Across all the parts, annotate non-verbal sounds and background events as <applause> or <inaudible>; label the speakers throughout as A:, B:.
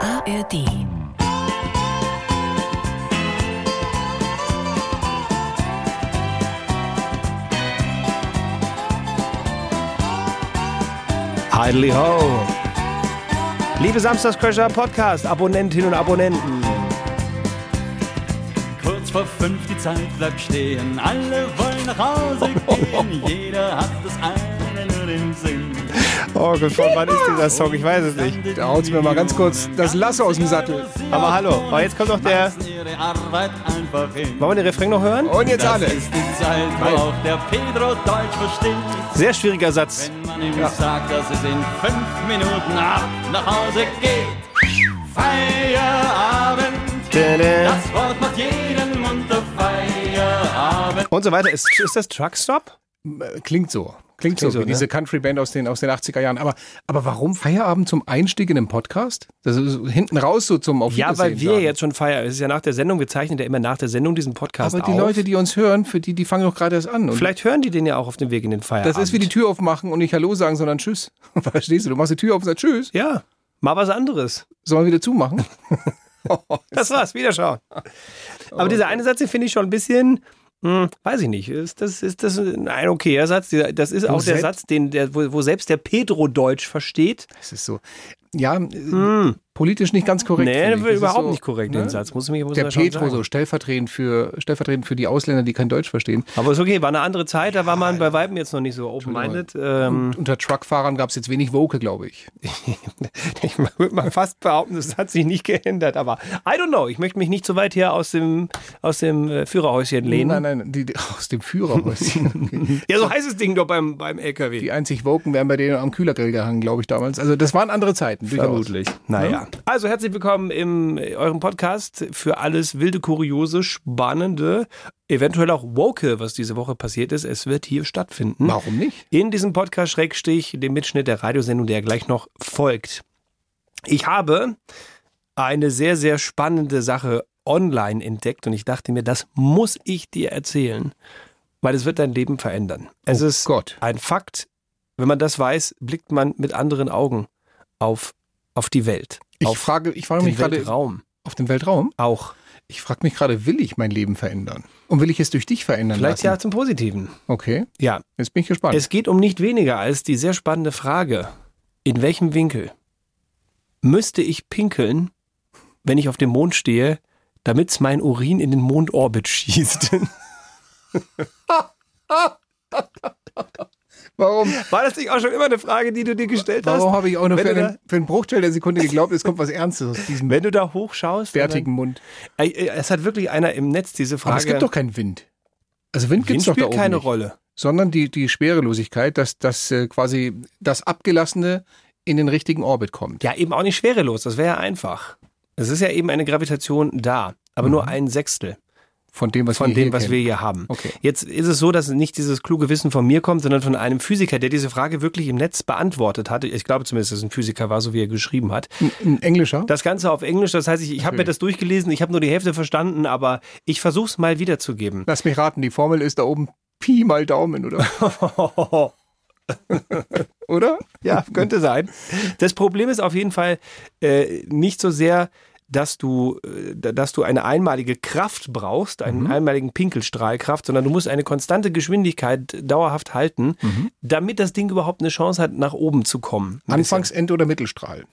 A: ARD.
B: Heidli ho! Liebe Samstagscrasher Podcast, Abonnentinnen und Abonnenten.
C: Kurz vor fünf die Zeit bleibt stehen, alle wollen nach Hause
D: <laughs> Oh.
C: gehen, jeder hat das eine nur im Sinn.
B: Oh Gott, von wann ist dieser Song? Ich weiß es nicht.
D: Da haut's mir mal ganz kurz das Lasso aus dem Sattel.
B: Aber hallo, aber jetzt kommt noch der.
C: Lassen ihre Arbeit einfach hin.
B: Wollen wir den Refrain noch hören?
D: Und jetzt
C: Das
D: alle.
C: ist die Zeit, wo auch der Pedro Deutsch versteht.
B: Sehr schwieriger Satz.
C: Wenn man ihm sagt, dass es in fünf Minuten ab nach Hause geht. Feierabend, das Wort macht jeden munter. Feierabend,
B: Und so weiter. Ist, ist das Truckstop?
D: Klingt so. Klingt, so,
B: so,
D: wie
B: ne?
D: diese Country-Band aus den, aus den 80er Jahren. Aber, aber warum Feierabend zum Einstieg in den Podcast? Das ist so hinten raus so zum Auf
B: Ja, weil
D: Wiedersehen
B: wir
D: sagen.
B: jetzt schon feiern. Es ist ja nach der Sendung. Wir zeichnen ja immer nach der Sendung diesen Podcast
D: Aber die
B: auf.
D: Leute, die uns hören, für die, die fangen doch gerade erst an. Und
B: Vielleicht hören die den ja auch auf dem Weg in den Feierabend.
D: das ist wie die Tür aufmachen und nicht Hallo sagen, sondern Tschüss. <laughs> Verstehst du? Du machst die Tür auf und sagst Tschüss.
B: Ja, mal was anderes.
D: Sollen wir
B: <laughs>
D: wieder zumachen?
B: Das war's,
D: <laughs>
B: Wiederschauen. Aber dieser eine Satz, den finde ich schon ein bisschen, hm, weiß ich nicht, ist das, ist das ein ein okayer Satz? Dieser- Das ist auch der
D: selbst-
B: Satz, den der, wo, wo selbst der Pedro Deutsch versteht.
D: Das ist so. Ja, äh, politisch nicht ganz korrekt.
B: Hm. Nee,
D: finde ich. Das ist
B: überhaupt
D: so,
B: nicht korrekt, den
D: ne?
B: Satz. Muss mich, muss
D: Der
B: man schon
D: Petro
B: sagen.
D: so stellvertretend für, stellvertretend für die Ausländer, die kein Deutsch verstehen.
B: Aber ist okay, war eine andere Zeit, da war man bei Weiben jetzt noch nicht so open-minded. Ähm, <laughs>
D: Unter Truckfahrern gab es jetzt wenig Woke, glaube ich.
B: ich würde mal fast behaupten, das hat sich nicht geändert. Aber I don't know, ich möchte mich nicht zu weit hier aus dem, aus dem äh, Führerhäuschen lehnen.
D: Nein, nein, die, <laughs> die, aus
B: <laughs>
D: dem Führerhäuschen. Okay.
B: Ja, so heißt das Ding doch beim, beim LKW.
D: Die einzig Woken wären bei denen am Kühlergrill gehangen, glaube ich, damals. Also das waren andere Zeiten. durchaus.
B: Naja. Also herzlich willkommen in eurem Podcast für alles wilde, kuriose, spannende, eventuell auch woke, was diese Woche passiert ist. Es wird hier stattfinden.
D: Warum nicht?
B: In diesem Podcast Schrägstrich, dem Mitschnitt der Radiosendung, der gleich noch folgt. Ich habe eine sehr, sehr spannende Sache online entdeckt und ich dachte mir, das muss ich dir erzählen, weil es wird dein Leben verändern. Es
D: oh
B: ist
D: Gott.
B: ein Fakt. Wenn man das weiß, blickt man mit anderen Augen auf, auf die Welt.
D: Ich
B: auf
D: frage, ich frage
B: den
D: mich gerade
B: Weltraum
D: auf den Weltraum.
B: auch.
D: Ich frage mich gerade, will ich mein Leben verändern? Und will ich es durch dich verändern
B: Vielleicht ja
D: lassen?
B: zum Positiven.
D: Okay,
B: Ja,
D: jetzt bin ich gespannt.
B: es geht um nicht weniger als die sehr spannende Frage, in welchem Winkel müsste ich pinkeln, wenn ich auf dem Mond stehe, damit's mein Urin in den Mondorbit
D: <laughs>
B: schießt?
D: Warum,
B: War das nicht auch schon immer eine Frage, die du dir gestellt
D: warum habe ich auch nur
B: wenn
D: für
B: du
D: einen, für einen Bruchteil der Sekunde geglaubt, es kommt was Ernstes aus diesem
B: Wenn du da hochschaust,
D: bärtigen Mund?
B: dann- Ey, ey, es hat wirklich einer im Netz diese Frage.
D: Aber es gibt doch keinen Wind. Also Wind gibt
B: Wind
D: es doch da
B: spielt
D: oben
B: keine
D: nicht.
B: Rolle.
D: Sondern die, die Schwerelosigkeit, dass, dass äh, quasi das Abgelassene in den richtigen Orbit kommt.
B: Ja, eben auch nicht schwerelos, das wäre ja einfach. Es ist ja eben eine Gravitation da, aber nur ein Sechstel
D: Von dem, Mhm. was
B: von
D: wir
B: dem,
D: hier
B: was
D: kennen.
B: wir hier haben.
D: Okay.
B: Jetzt ist es so, dass nicht dieses kluge Wissen von mir kommt, sondern von einem Physiker, der diese Frage wirklich im Netz beantwortet hatte. Ich glaube zumindest, dass es ein Physiker war, so wie er geschrieben hat.
D: Ein englischer?
B: Das Ganze auf Englisch, das heißt, ich, ich habe mir das durchgelesen, ich habe nur die Hälfte verstanden, aber ich versuche es mal wiederzugeben. <laughs>
D: <laughs> Lass mich raten, die Formel ist da oben Pi mal Daumen, oder? oder?
B: Ja, könnte sein. Das Problem ist auf jeden Fall äh, nicht so sehr, dass du, äh, dass du eine einmalige Kraft brauchst, einen einmaligen Pinkelstrahlkraft, sondern du musst eine konstante Geschwindigkeit dauerhaft halten, damit das Ding überhaupt eine Chance hat, nach oben zu kommen. Ein bisschen.
D: Anfangs-, End- oder Mittelstrahl?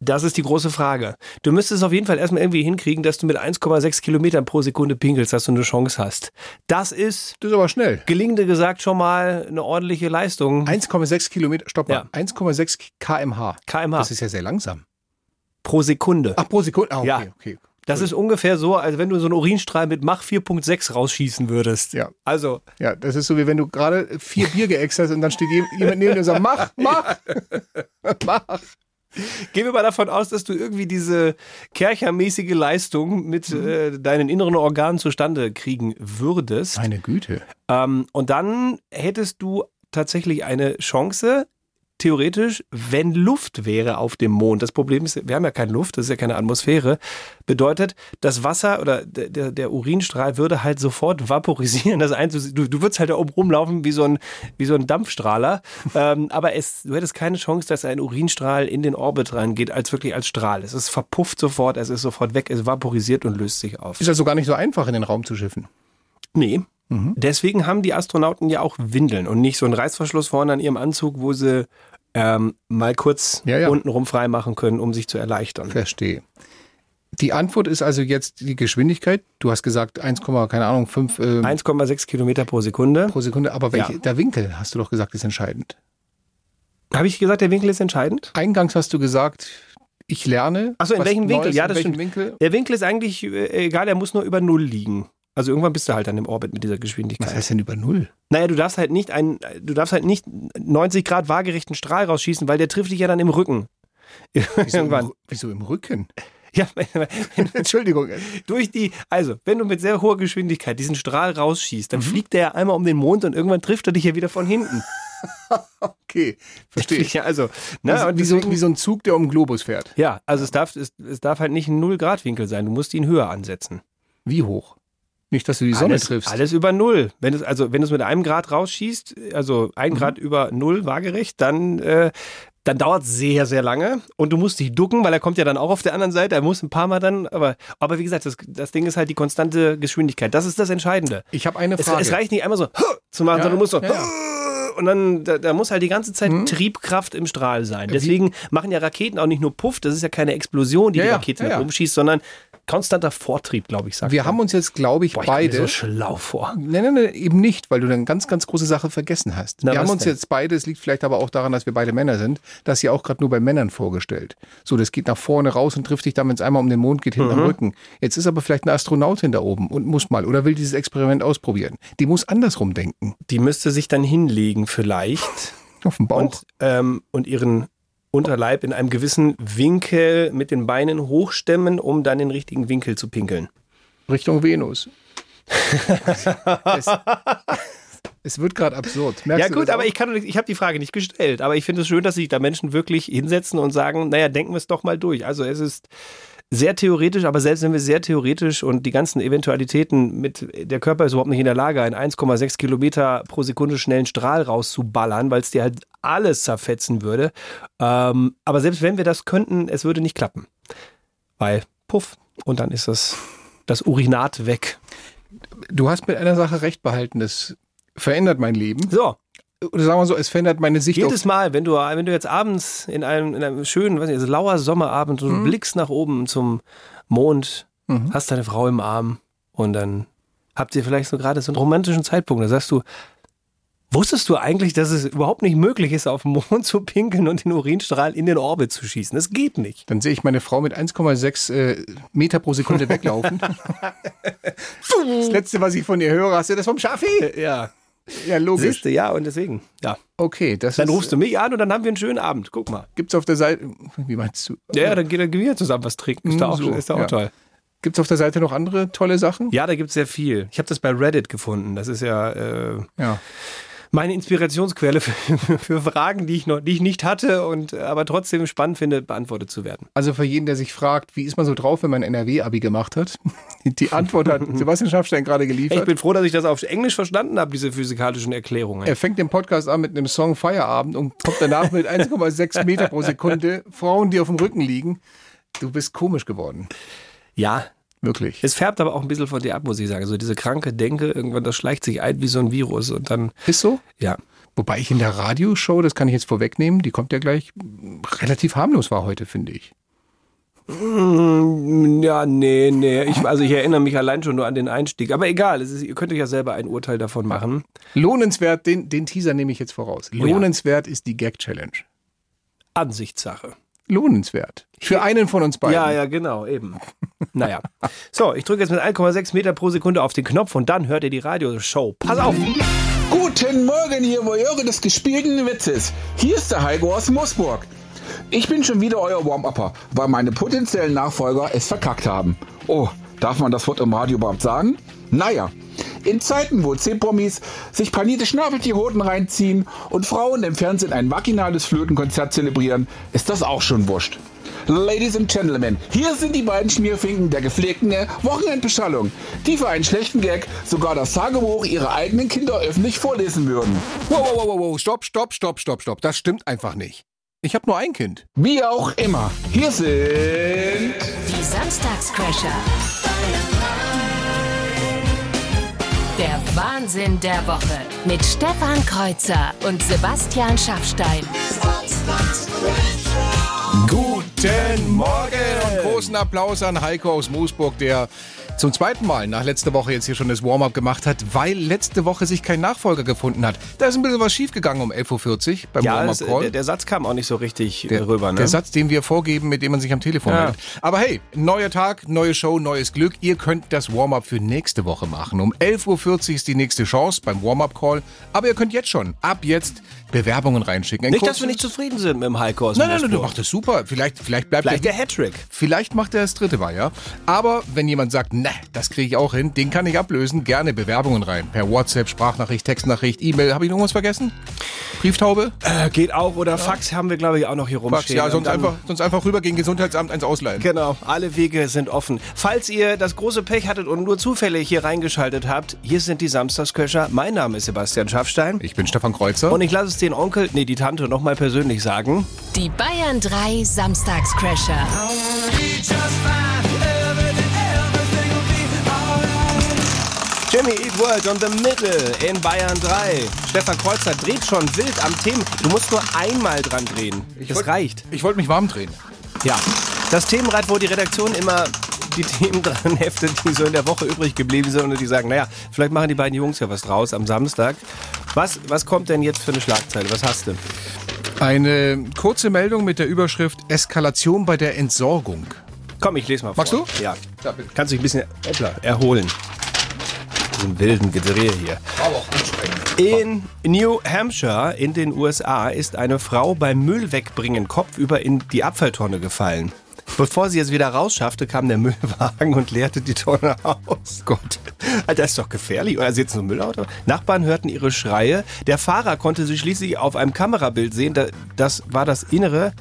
B: Das ist die große Frage. Du müsstest auf jeden Fall erstmal irgendwie hinkriegen, dass du mit 1,6 Kilometern pro Sekunde pinkelst, dass du eine Chance hast. Das ist,
D: Das ist aber schnell.
B: gelingende gesagt, schon mal eine ordentliche Leistung.
D: 1,6 Kilometer, stopp mal,
B: Ja.
D: 1,6 kmh.
B: kmh
D: Das ist ja sehr langsam.
B: pro Sekunde.
D: Ach, pro Sekunde? Ah, okay,
B: Ja.
D: okay.
B: Das ist ungefähr so, als wenn du so einen Urinstrahl mit Mach 4.6 rausschießen würdest.
D: Ja.
B: Also,
D: Ja, das ist so, wie wenn du gerade vier Bier geäxt hast und dann steht jem- jemand neben dir und sagt, mach,
B: <laughs>
D: mach, mach.
B: gehen wir mal davon aus, dass du irgendwie diese kerchermäßige Leistung mit äh, deinen inneren Organen zustande kriegen würdest.
D: Meine Güte.
B: Ähm, und dann hättest du tatsächlich eine Chance, theoretisch, wenn Luft wäre auf dem Mond, das Problem ist, wir haben ja keine Luft, das ist ja keine Atmosphäre, bedeutet, das Wasser oder der- der, der Urinstrahl würde halt sofort vaporisieren. Das einzus du, du würdest halt da oben rumlaufen wie so ein, wie so ein Dampfstrahler, ähm, aber es, du hättest keine Chance, dass ein Urinstrahl in den Orbit reingeht, als wirklich als Strahl. Es ist verpufft sofort, es ist sofort weg, es vaporisiert und löst sich auf.
D: Ist also gar nicht so einfach, in den Raum zu schiffen.
B: Nee.
D: Mhm.
B: Deswegen haben die Astronauten ja auch Windeln und nicht so einen Reißverschluss vorne an ihrem Anzug, wo sie ähm, mal kurz
D: Ja, ja.
B: untenrum freimachen können, um sich zu erleichtern.
D: Verstehe. Die Antwort ist also jetzt die Geschwindigkeit. Du hast gesagt 1, keine Ahnung, 5 äh,
B: 1,6 Kilometer pro Sekunde.
D: pro Sekunde. Aber welche,
B: Ja.
D: der Winkel, hast du doch gesagt, ist entscheidend.
B: Habe ich gesagt, der Winkel ist entscheidend?
D: Eingangs hast du gesagt, ich lerne.
B: Ach so, in
D: was
B: welchem Winkel?
D: Neues,
B: Ja,
D: in
B: das
D: welchem
B: stimmt.
D: Winkel?
B: Der Winkel ist eigentlich äh, egal, er muss nur über Null liegen. Also irgendwann bist du halt an dem Orbit mit dieser
D: Was
B: Geschwindigkeit.
D: heißt denn über Null?
B: Naja, du darfst halt nicht einen, du darfst halt nicht 90 Grad waagerechten Strahl rausschießen, weil der trifft dich ja dann im Rücken. <laughs>
D: Wieso, im,
B: irgendwann.
D: Ru- wieso im Rücken?
B: Ja, <laughs> wenn,
D: Entschuldigung.
B: durch die, also wenn du mit sehr hoher Geschwindigkeit diesen Strahl rausschießt,
D: Mhm.
B: dann fliegt der ja einmal um den Mond und irgendwann trifft er dich ja wieder von hinten.
D: Okay, <laughs> verstehe ich.
B: Ja, also,
D: Wie so-
B: ne, und
D: wie, so,
B: deswegen,
D: wie so ein Zug, der um den Globus fährt.
B: ja, also es darf, es, es darf halt nicht ein Null-Grad-Winkel sein, du musst ihn höher ansetzen.
D: Wie hoch? Nicht, dass du die Sonne
B: alles,
D: triffst.
B: Alles über Null. Wenn es, also wenn du es mit einem Grad rausschießt, also
D: Mhm.
B: ein Grad über Null waagerecht, dann, äh, dann dauert es sehr, sehr lange und du musst dich ducken, weil er kommt ja dann auch auf der anderen Seite, er muss ein paar Mal dann, aber, aber wie gesagt, das, das Ding ist halt die konstante Geschwindigkeit, das ist das Entscheidende.
D: Ich habe eine
B: Es,
D: Frage.
B: es reicht nicht einmal so "Huh!" zu machen,
D: Ja,
B: sondern du musst so
D: ja, Mhm. ja.
B: "Huh!" und dann da, da muss halt die ganze Zeit Triebkraft im Strahl sein. Deswegen machen ja Raketen auch nicht nur Puff, das ist ja keine Explosion, die
D: Ja,
B: die
D: ja,
B: Rakete
D: ja,
B: nach
D: ja.
B: oben schießt, sondern konstanter Vortrieb, glaube ich, sagt
D: Wir
B: man.
D: haben uns jetzt, glaube ich,
B: Boah, ich komme mir
D: beide.
B: so schlau vor.
D: Nein, nein, nein, eben nicht, weil du eine ganz, ganz große Sache vergessen hast.
B: Na,
D: wir haben
B: was
D: uns
B: denn?
D: jetzt beide, es liegt vielleicht aber auch daran, dass wir beide Männer sind, das hier auch gerade nur bei Männern vorgestellt. So, das geht nach vorne raus und trifft dich dann, wenn es einmal um den Mond geht,
B: Mhm.
D: hinterm Rücken. Jetzt ist aber vielleicht ein Astronautin da oben und muss mal oder will dieses Experiment ausprobieren. Die muss andersrum denken.
B: Die müsste sich dann hinlegen vielleicht
D: Auf dem Bauch.
B: und, ähm, und ihren Unterleib in einem gewissen Winkel mit den Beinen hochstemmen, um dann den richtigen Winkel zu pinkeln.
D: Richtung Venus. es, es wird gerade absurd. Merkst
B: Ja
D: du
B: gut,
D: das
B: aber
D: auch?
B: ich, kann, doch nicht- ich habe die Frage nicht gestellt. Aber ich finde es schön, dass sich da Menschen wirklich hinsetzen und sagen, naja, denken wir es doch mal durch. Also es ist sehr theoretisch, aber selbst wenn wir sehr theoretisch und die ganzen Eventualitäten mit, der Körper ist überhaupt nicht in der Lage, einen 1,6 Kilometer pro Sekunde schnellen Strahl rauszuballern, weil es dir halt alles zerfetzen würde. Ähm, aber selbst wenn wir das könnten, es würde nicht klappen. Weil, puff, und dann ist das, das Urinat weg.
D: Du hast mit einer Sache recht behalten, das verändert mein Leben.
B: So,
D: Oder sagen wir so, es verändert meine Sicht auf
B: Jedes Mal, wenn du, wenn du jetzt abends in einem, in einem schönen, weiß nicht, also lauer Sommerabend und du blickst nach oben zum Mond, hast deine Frau im Arm und dann habt ihr vielleicht so gerade so einen romantischen Zeitpunkt. Da sagst du, wusstest du eigentlich, dass es überhaupt nicht möglich ist, auf den Mond <laughs> zu pinkeln und den Urinstrahl in den Orbit zu schießen? Das geht nicht.
D: Dann sehe ich meine Frau mit 1,6 äh, Meter pro
B: <laughs>
D: Sekunde weglaufen. das letzte, was ich von ihr höre, hast du das vom Schaffi?
B: Äh, Ja,
D: Ja, logisch.
B: siehst du, ja, und deswegen. Ja.
D: Okay, das
B: Dann
D: ist-
B: rufst du mich an und dann haben wir einen schönen Abend. Guck mal.
D: Gibt's auf der Seite. Wie meinst du?
B: Ja, ja dann gehen wir zusammen was trinken. Ist da
D: Mm,
B: auch,
D: so,
B: ist da auch
D: ja.
B: toll.
D: Gibt's auf der Seite noch andere tolle Sachen?
B: Ja, da gibt es sehr viel. Ich habe das bei Reddit gefunden. Das ist ja äh,
D: Ja.
B: meine Inspirationsquelle für, für Fragen, die ich noch, die ich nicht hatte und äh, aber trotzdem spannend finde, beantwortet zu werden.
D: Also für jeden, der sich fragt, wie ist man so drauf, wenn man NRW-Abi gemacht hat? <laughs> Die Antwort hat Sebastian Schafstein gerade
B: Ich
D: geliefert.
B: bin froh, dass ich das auf Englisch verstanden habe, diese physikalischen Erklärungen.
D: Er fängt den Podcast an mit einem Song Feierabend und kommt danach mit
B: <laughs>
D: 1,6 Meter pro Sekunde Frauen, die auf dem Rücken liegen. Du bist komisch geworden.
B: Ja,
D: Wirklich.
B: es färbt aber auch ein bisschen von dir ab, muss ich sagen. So diese kranke Denke, irgendwann, das schleicht sich ein wie so ein Virus und dann,
D: Ist so?
B: ja.
D: Wobei ich in der Radioshow, das kann ich jetzt vorwegnehmen, die kommt ja gleich, mh, relativ harmlos war heute, finde ich.
B: Mm, Ja, nee, nee. Ich, also ich erinnere mich allein schon nur an den Einstieg. Aber egal, es ist, ihr könnt euch ja selber ein Urteil davon machen.
D: Lohnenswert, den, den Teaser nehme ich jetzt voraus.
B: ja.
D: Lohnenswert ist die Gag-Challenge.
B: Ansichtssache.
D: Lohnenswert. Für einen von uns beiden.
B: Ja, ja, genau, eben. Naja. So, ich drücke jetzt mit 1,6 Meter pro Sekunde auf den Knopf und dann hört ihr die Radioshow. Pass auf!
A: Guten Morgen, ihr Voyeure des gespielten Witzes. Hier ist der Heiko aus Moosburg. Ich bin schon wieder euer Warm-Upper, weil meine potenziellen Nachfolger es verkackt haben. Oh, darf man das Wort im Radio überhaupt sagen? Naja, In Zeiten, wo C-Promis sich panierte Schnabeltierhoden reinziehen und Frauen im Fernsehen ein vaginales Flötenkonzert zelebrieren, ist das auch schon wurscht. Ladies and Gentlemen, hier sind die beiden Schmierfinken der gepflegten Wochenendbeschallung, die für einen schlechten Gag sogar das Tagebuch ihrer eigenen Kinder öffentlich vorlesen würden.
D: Wow, wow, wow, wow, stopp, stopp, stopp, stopp, stopp. Das stimmt einfach nicht. Ich habe nur ein Kind.
A: Wie auch immer, hier sind
E: Die Samstagscrasher. Der Wahnsinn der Woche mit Stefan Kreuzer und Sebastian Schaffstein.
D: Guten Morgen und großen Applaus an Heiko aus Moosburg, der zum zweiten Mal nach letzter Woche jetzt hier schon das Warm-up gemacht hat, weil letzte Woche sich kein Nachfolger gefunden hat. Da ist ein bisschen was schiefgegangen um 11.40 Uhr beim
B: Ja, das,
D: Warm-up-Call.
B: der, der Satz kam auch nicht so richtig äh, rüber. Ne?
D: Der Satz, den wir vorgeben, mit dem man sich am Telefon
B: Ja.
D: meldet. Aber hey, neuer Tag, neue Show, neues Glück. Ihr könnt das Warm-up für nächste Woche machen. Um 11.40 Uhr ist die nächste Chance beim Warm-up-Call. Aber ihr könnt jetzt schon, ab jetzt, Bewerbungen reinschicken. Ein
B: nicht, dass
D: kurz-
B: wir nicht zufrieden sind mit dem Heiko aus
D: Nein, nein, nein, du
B: Moosburg.
D: machst das super. Vielleicht, vielleicht bleibt
B: Vielleicht
D: der,
B: der Hattrick.
D: Vielleicht macht er das dritte Mal, ja. Aber wenn jemand sagt, ne, das kriege ich auch hin, den kann ich ablösen, gerne Bewerbungen rein. Per WhatsApp, Sprachnachricht, Textnachricht, E-Mail. Habe ich noch was vergessen? Brieftaube?
B: Äh, geht auch. Oder Fax haben wir, glaube ich, auch noch hier rumstehen.
D: Fax, ja,
B: Und
D: sonst
B: dann-
D: einfach, sonst einfach rüber gegen Gesundheitsamt eins ausleihen.
B: Genau, alle Wege sind offen. Falls ihr das große Pech hattet und nur zufällig hier reingeschaltet habt, hier sind die Samstagsköcher. Mein Name ist Sebastian Schaffstein.
D: Ich bin Stefan Kreuzer.
B: Und ich lasse es den Onkel, nee, die Tante nochmal persönlich sagen.
E: Die Bayern 3 Samstagscrasher.
B: Jimmy Eat World on the Middle in Bayern 3. Stefan Kreuzer dreht schon wild am Thema. Du musst nur einmal dran drehen. das reicht.
D: Ich wollte mich warm drehen.
B: Ja. Das Themenrad, wo die Redaktion immer die Themen <laughs> dran heftet, die so in der Woche übrig geblieben sind und die sagen, naja, vielleicht machen die beiden Jungs ja was draus am Samstag. Was, was kommt denn jetzt für eine Schlagzeile? Was hast du?
D: Eine kurze Meldung mit der Überschrift Eskalation bei der Entsorgung.
B: Komm, ich lese mal vor.
D: Magst du?
B: Ja.
D: Ja, bitte.
B: Kannst dich ein bisschen Äppler, erholen. Diesen wilden Gedrehe hier. In New Hampshire in den USA ist eine Frau beim Müll wegbringen kopfüber in die Abfalltonne gefallen. Bevor sie es wieder rausschaffte, kam der Müllwagen und leerte die Tonne aus. Gott, Alter, das ist doch gefährlich. Oder sitzt ein Müllauto? Nachbarn hörten ihre Schreie. Der Fahrer konnte sie schließlich auf einem Kamerabild sehen. Da- Das war das Innere.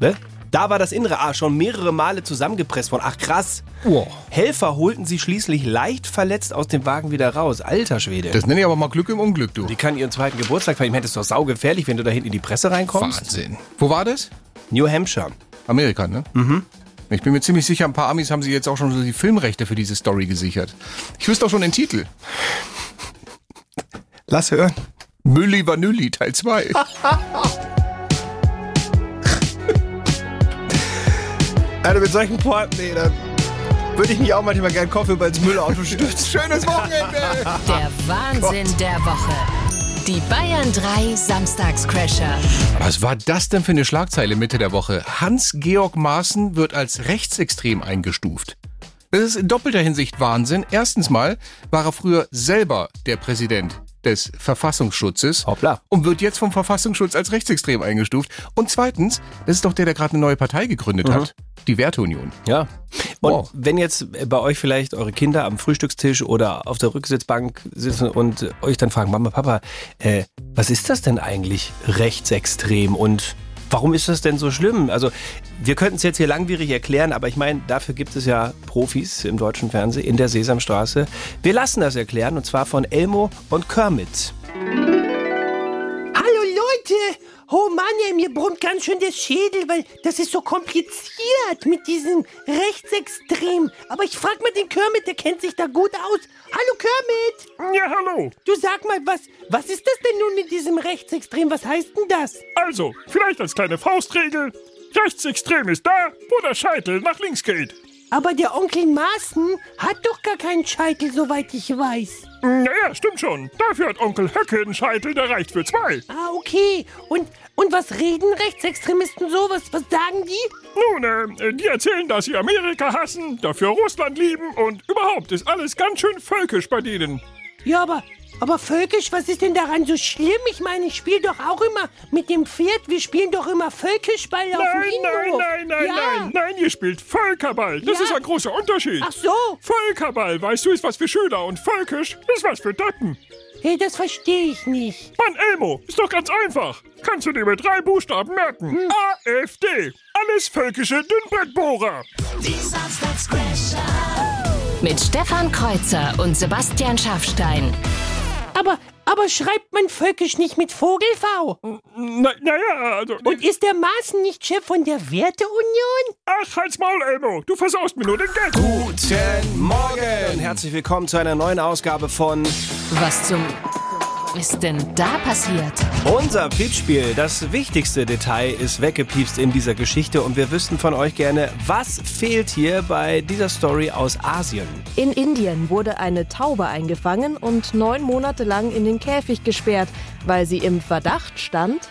B: Ne? Da war das Innere A schon mehrere Male zusammengepresst worden. Ach krass.
D: Wow.
B: Helfer holten sie schließlich leicht verletzt aus dem Wagen wieder raus. Alter Schwede.
D: Das nenne ich aber mal Glück im Unglück, du.
B: Die kann ihren zweiten Geburtstag feiern. Ich meine, das ist doch saugefährlich, wenn du da hinten in die Presse reinkommst.
D: Wahnsinn. Wo war das?
B: New Hampshire.
D: Amerika, ne? Mhm. Ich bin mir ziemlich sicher, ein paar Amis haben sie jetzt auch schon so die Filmrechte für diese Story gesichert. Ich wüsste auch schon den Titel.
B: Lass hören.
D: Mülli Vanilli
B: <laughs>
D: Teil 2.
B: Also mit solchen Porten, nee, dann würde ich mich auch manchmal gern Kopf über ins Müllauto stürzen.
D: Schönes Wochenende!
E: Der Wahnsinn der Woche. Die Bayern 3 Samstagscrasher.
D: Was war das denn für eine Schlagzeile Mitte der Woche? Hans-Georg Maaßen wird als rechtsextrem eingestuft. Das ist in doppelter Hinsicht Wahnsinn. Erstens mal war er früher selber der Präsident des Verfassungsschutzes
B: Hoppla.
D: und wird jetzt vom Verfassungsschutz als rechtsextrem eingestuft. Und zweitens, das ist doch der, der gerade eine neue Partei gegründet hat, die Werteunion.
B: Ja. Und
D: Wow.
B: wenn jetzt bei euch vielleicht eure Kinder am Frühstückstisch oder auf der Rücksitzbank sitzen und euch dann fragen, Mama, Papa, äh, was ist das denn eigentlich rechtsextrem und warum ist das denn so schlimm? Also wir könnten es jetzt hier langwierig erklären, aber ich meine, dafür gibt es ja Profis im deutschen Fernsehen in der Sesamstraße. Wir lassen das erklären und zwar von Elmo und Kermit.
F: Hallo Leute! Oh Mann, ey, mir brummt ganz schön der Schädel, weil das ist so kompliziert mit diesem Rechtsextrem. Aber ich frag mal den Kermit, der kennt sich da gut aus. Hallo Kermit!
G: Ja, hallo.
F: Du sag mal, was, was ist das denn nun mit diesem Rechtsextrem? Was heißt denn das?
G: Also, vielleicht als kleine Faustregel. Rechtsextrem ist da, wo der Scheitel nach links geht.
F: Aber der Onkel Maaßen hat doch gar keinen Scheitel, soweit ich weiß.
G: Naja, stimmt schon. Dafür hat Onkel Höcke einen Scheitel, der reicht für zwei.
F: Ah, okay. Und, und was reden Rechtsextremisten so? Was, was sagen die?
G: Nun, äh, die erzählen, dass sie Amerika hassen, dafür Russland lieben und überhaupt ist alles ganz schön völkisch bei denen.
F: Ja, aber Aber völkisch, was ist denn daran so schlimm? Ich meine, ich spiele doch auch immer mit dem Pferd. Wir spielen doch immer Völkischball auf dem
G: Nein, nein,
F: Innenhof.
G: nein, nein,
F: ja.
G: nein. Nein, ihr spielt Völkerball. Das
F: Ja.
G: ist ein großer Unterschied.
F: Ach so.
G: Völkerball, weißt du, ist was für Schüler und Völkisch ist was für Deppen.
F: Hey, das verstehe ich nicht.
G: Mann, Elmo, ist doch ganz einfach. Kannst du dir mit drei Buchstaben merken.
H: Hm.
G: AFD. Alles völkische Dünnbrettbohrer.
E: Mit Stefan Kreuzer und Sebastian Schaffstein.
F: Aber, aber schreibt man Völkisch nicht mit Vogel V?
G: Na, naja, also...
F: Und ist der Maaßen nicht Chef von der Werteunion?
G: Ach, halt's Maul, Elmo. Du versaust mir nur den Gag.
B: Guten Morgen! Herzlich willkommen zu einer neuen Ausgabe von
E: Was zum ist denn da passiert?
B: Unser Piepspiel. Das wichtigste Detail ist weggepiepst in dieser Geschichte und wir wüssten von euch gerne, was fehlt hier bei dieser Story aus Asien?
I: In Indien wurde eine Taube eingefangen und neun Monate lang in den Käfig gesperrt, weil sie im Verdacht stand,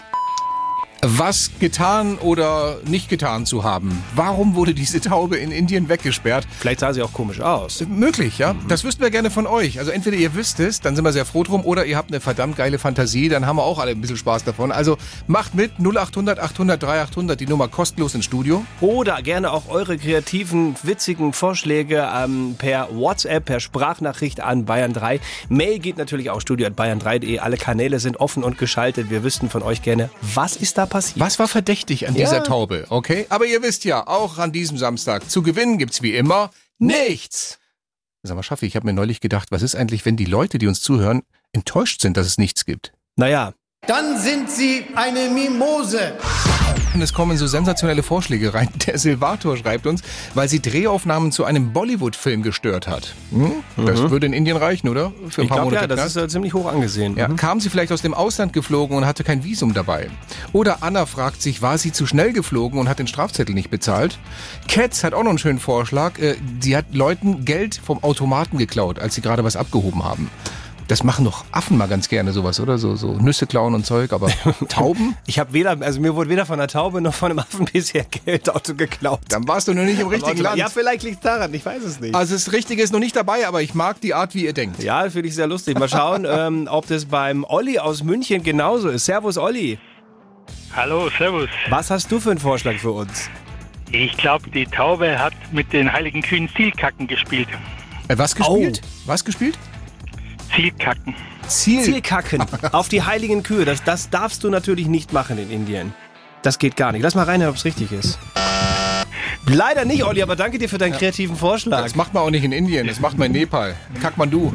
D: Was getan oder nicht getan zu haben. Warum wurde diese Taube in Indien weggesperrt?
B: Vielleicht sah sie auch komisch aus.
D: Möglich, ja. Das wüssten wir gerne von euch. Also entweder ihr wisst es, dann sind wir sehr froh drum, oder ihr habt eine verdammt geile Fantasie, dann haben wir auch alle ein bisschen Spaß davon. Also macht mit 0800 800 3800, die Nummer kostenlos ins Studio.
B: Oder gerne auch eure kreativen, witzigen Vorschläge ähm, per WhatsApp, per Sprachnachricht an Bayern 3. Mail geht natürlich auch studio at bayern3.de. Alle Kanäle sind offen und geschaltet. Wir wüssten von euch gerne, was ist da passiert?
D: Was war verdächtig an dieser Taube, okay? Aber ihr wisst ja, auch an diesem Samstag zu gewinnen gibt's wie immer nichts. Sag mal, Schaffi, ich habe mir neulich gedacht, was ist eigentlich, wenn die Leute, die uns zuhören, enttäuscht sind, dass es nichts gibt?
B: Naja,
H: Dann sind sie eine Mimose.
D: Und es kommen so sensationelle Vorschläge rein. <laughs> Der Silvator schreibt uns, weil sie Drehaufnahmen zu einem Bollywood-Film gestört hat. Hm? Das würde in Indien reichen, oder? Für ein
B: Mhm. ich glaube ja, das
D: Knast.
B: ist äh, ziemlich hoch angesehen.
D: Ja, kam sie vielleicht aus dem Ausland geflogen und hatte kein Visum dabei? Oder Anna fragt sich, war sie zu schnell geflogen und hat den Strafzettel nicht bezahlt? Katz hat auch noch einen schönen Vorschlag. Äh, Sie hat Leuten Geld vom Automaten geklaut, als sie gerade was abgehoben haben. Das machen doch Affen mal ganz gerne sowas, oder? So, so Nüsse klauen und
B: <laughs>
D: Zeug, aber Tauben?
B: Ich habe weder, also mir wurde weder von einer Taube noch von einem Affen <laughs> bisher Geldauto geklaut.
D: Dann warst du nur nicht im richtigen Land.
B: Ja, vielleicht liegt daran, ich weiß es nicht.
D: Also das Richtige ist noch nicht dabei, aber ich mag die Art, wie ihr denkt.
B: Ja, finde ich sehr lustig. Mal schauen, ähm, ob das beim Olli aus München genauso ist. Servus Olli,
J: Hallo, Servus.
B: was hast du für einen Vorschlag für uns?
J: Ich glaube, die Taube hat mit den heiligen Kühen Zielkacken gespielt.
D: Äh, was gespielt? Was gespielt?
J: Zielkacken.
D: Ziel.
B: Zielkacken <laughs> auf die heiligen Kühe, das, das darfst du natürlich nicht machen in Indien. Das geht gar nicht. Lass mal reinhören, ob es richtig ist. Leider nicht, Olli, aber danke dir für deinen kreativen Vorschlag.
D: Das macht man auch nicht in Indien, das macht man in Nepal. Kathmandu.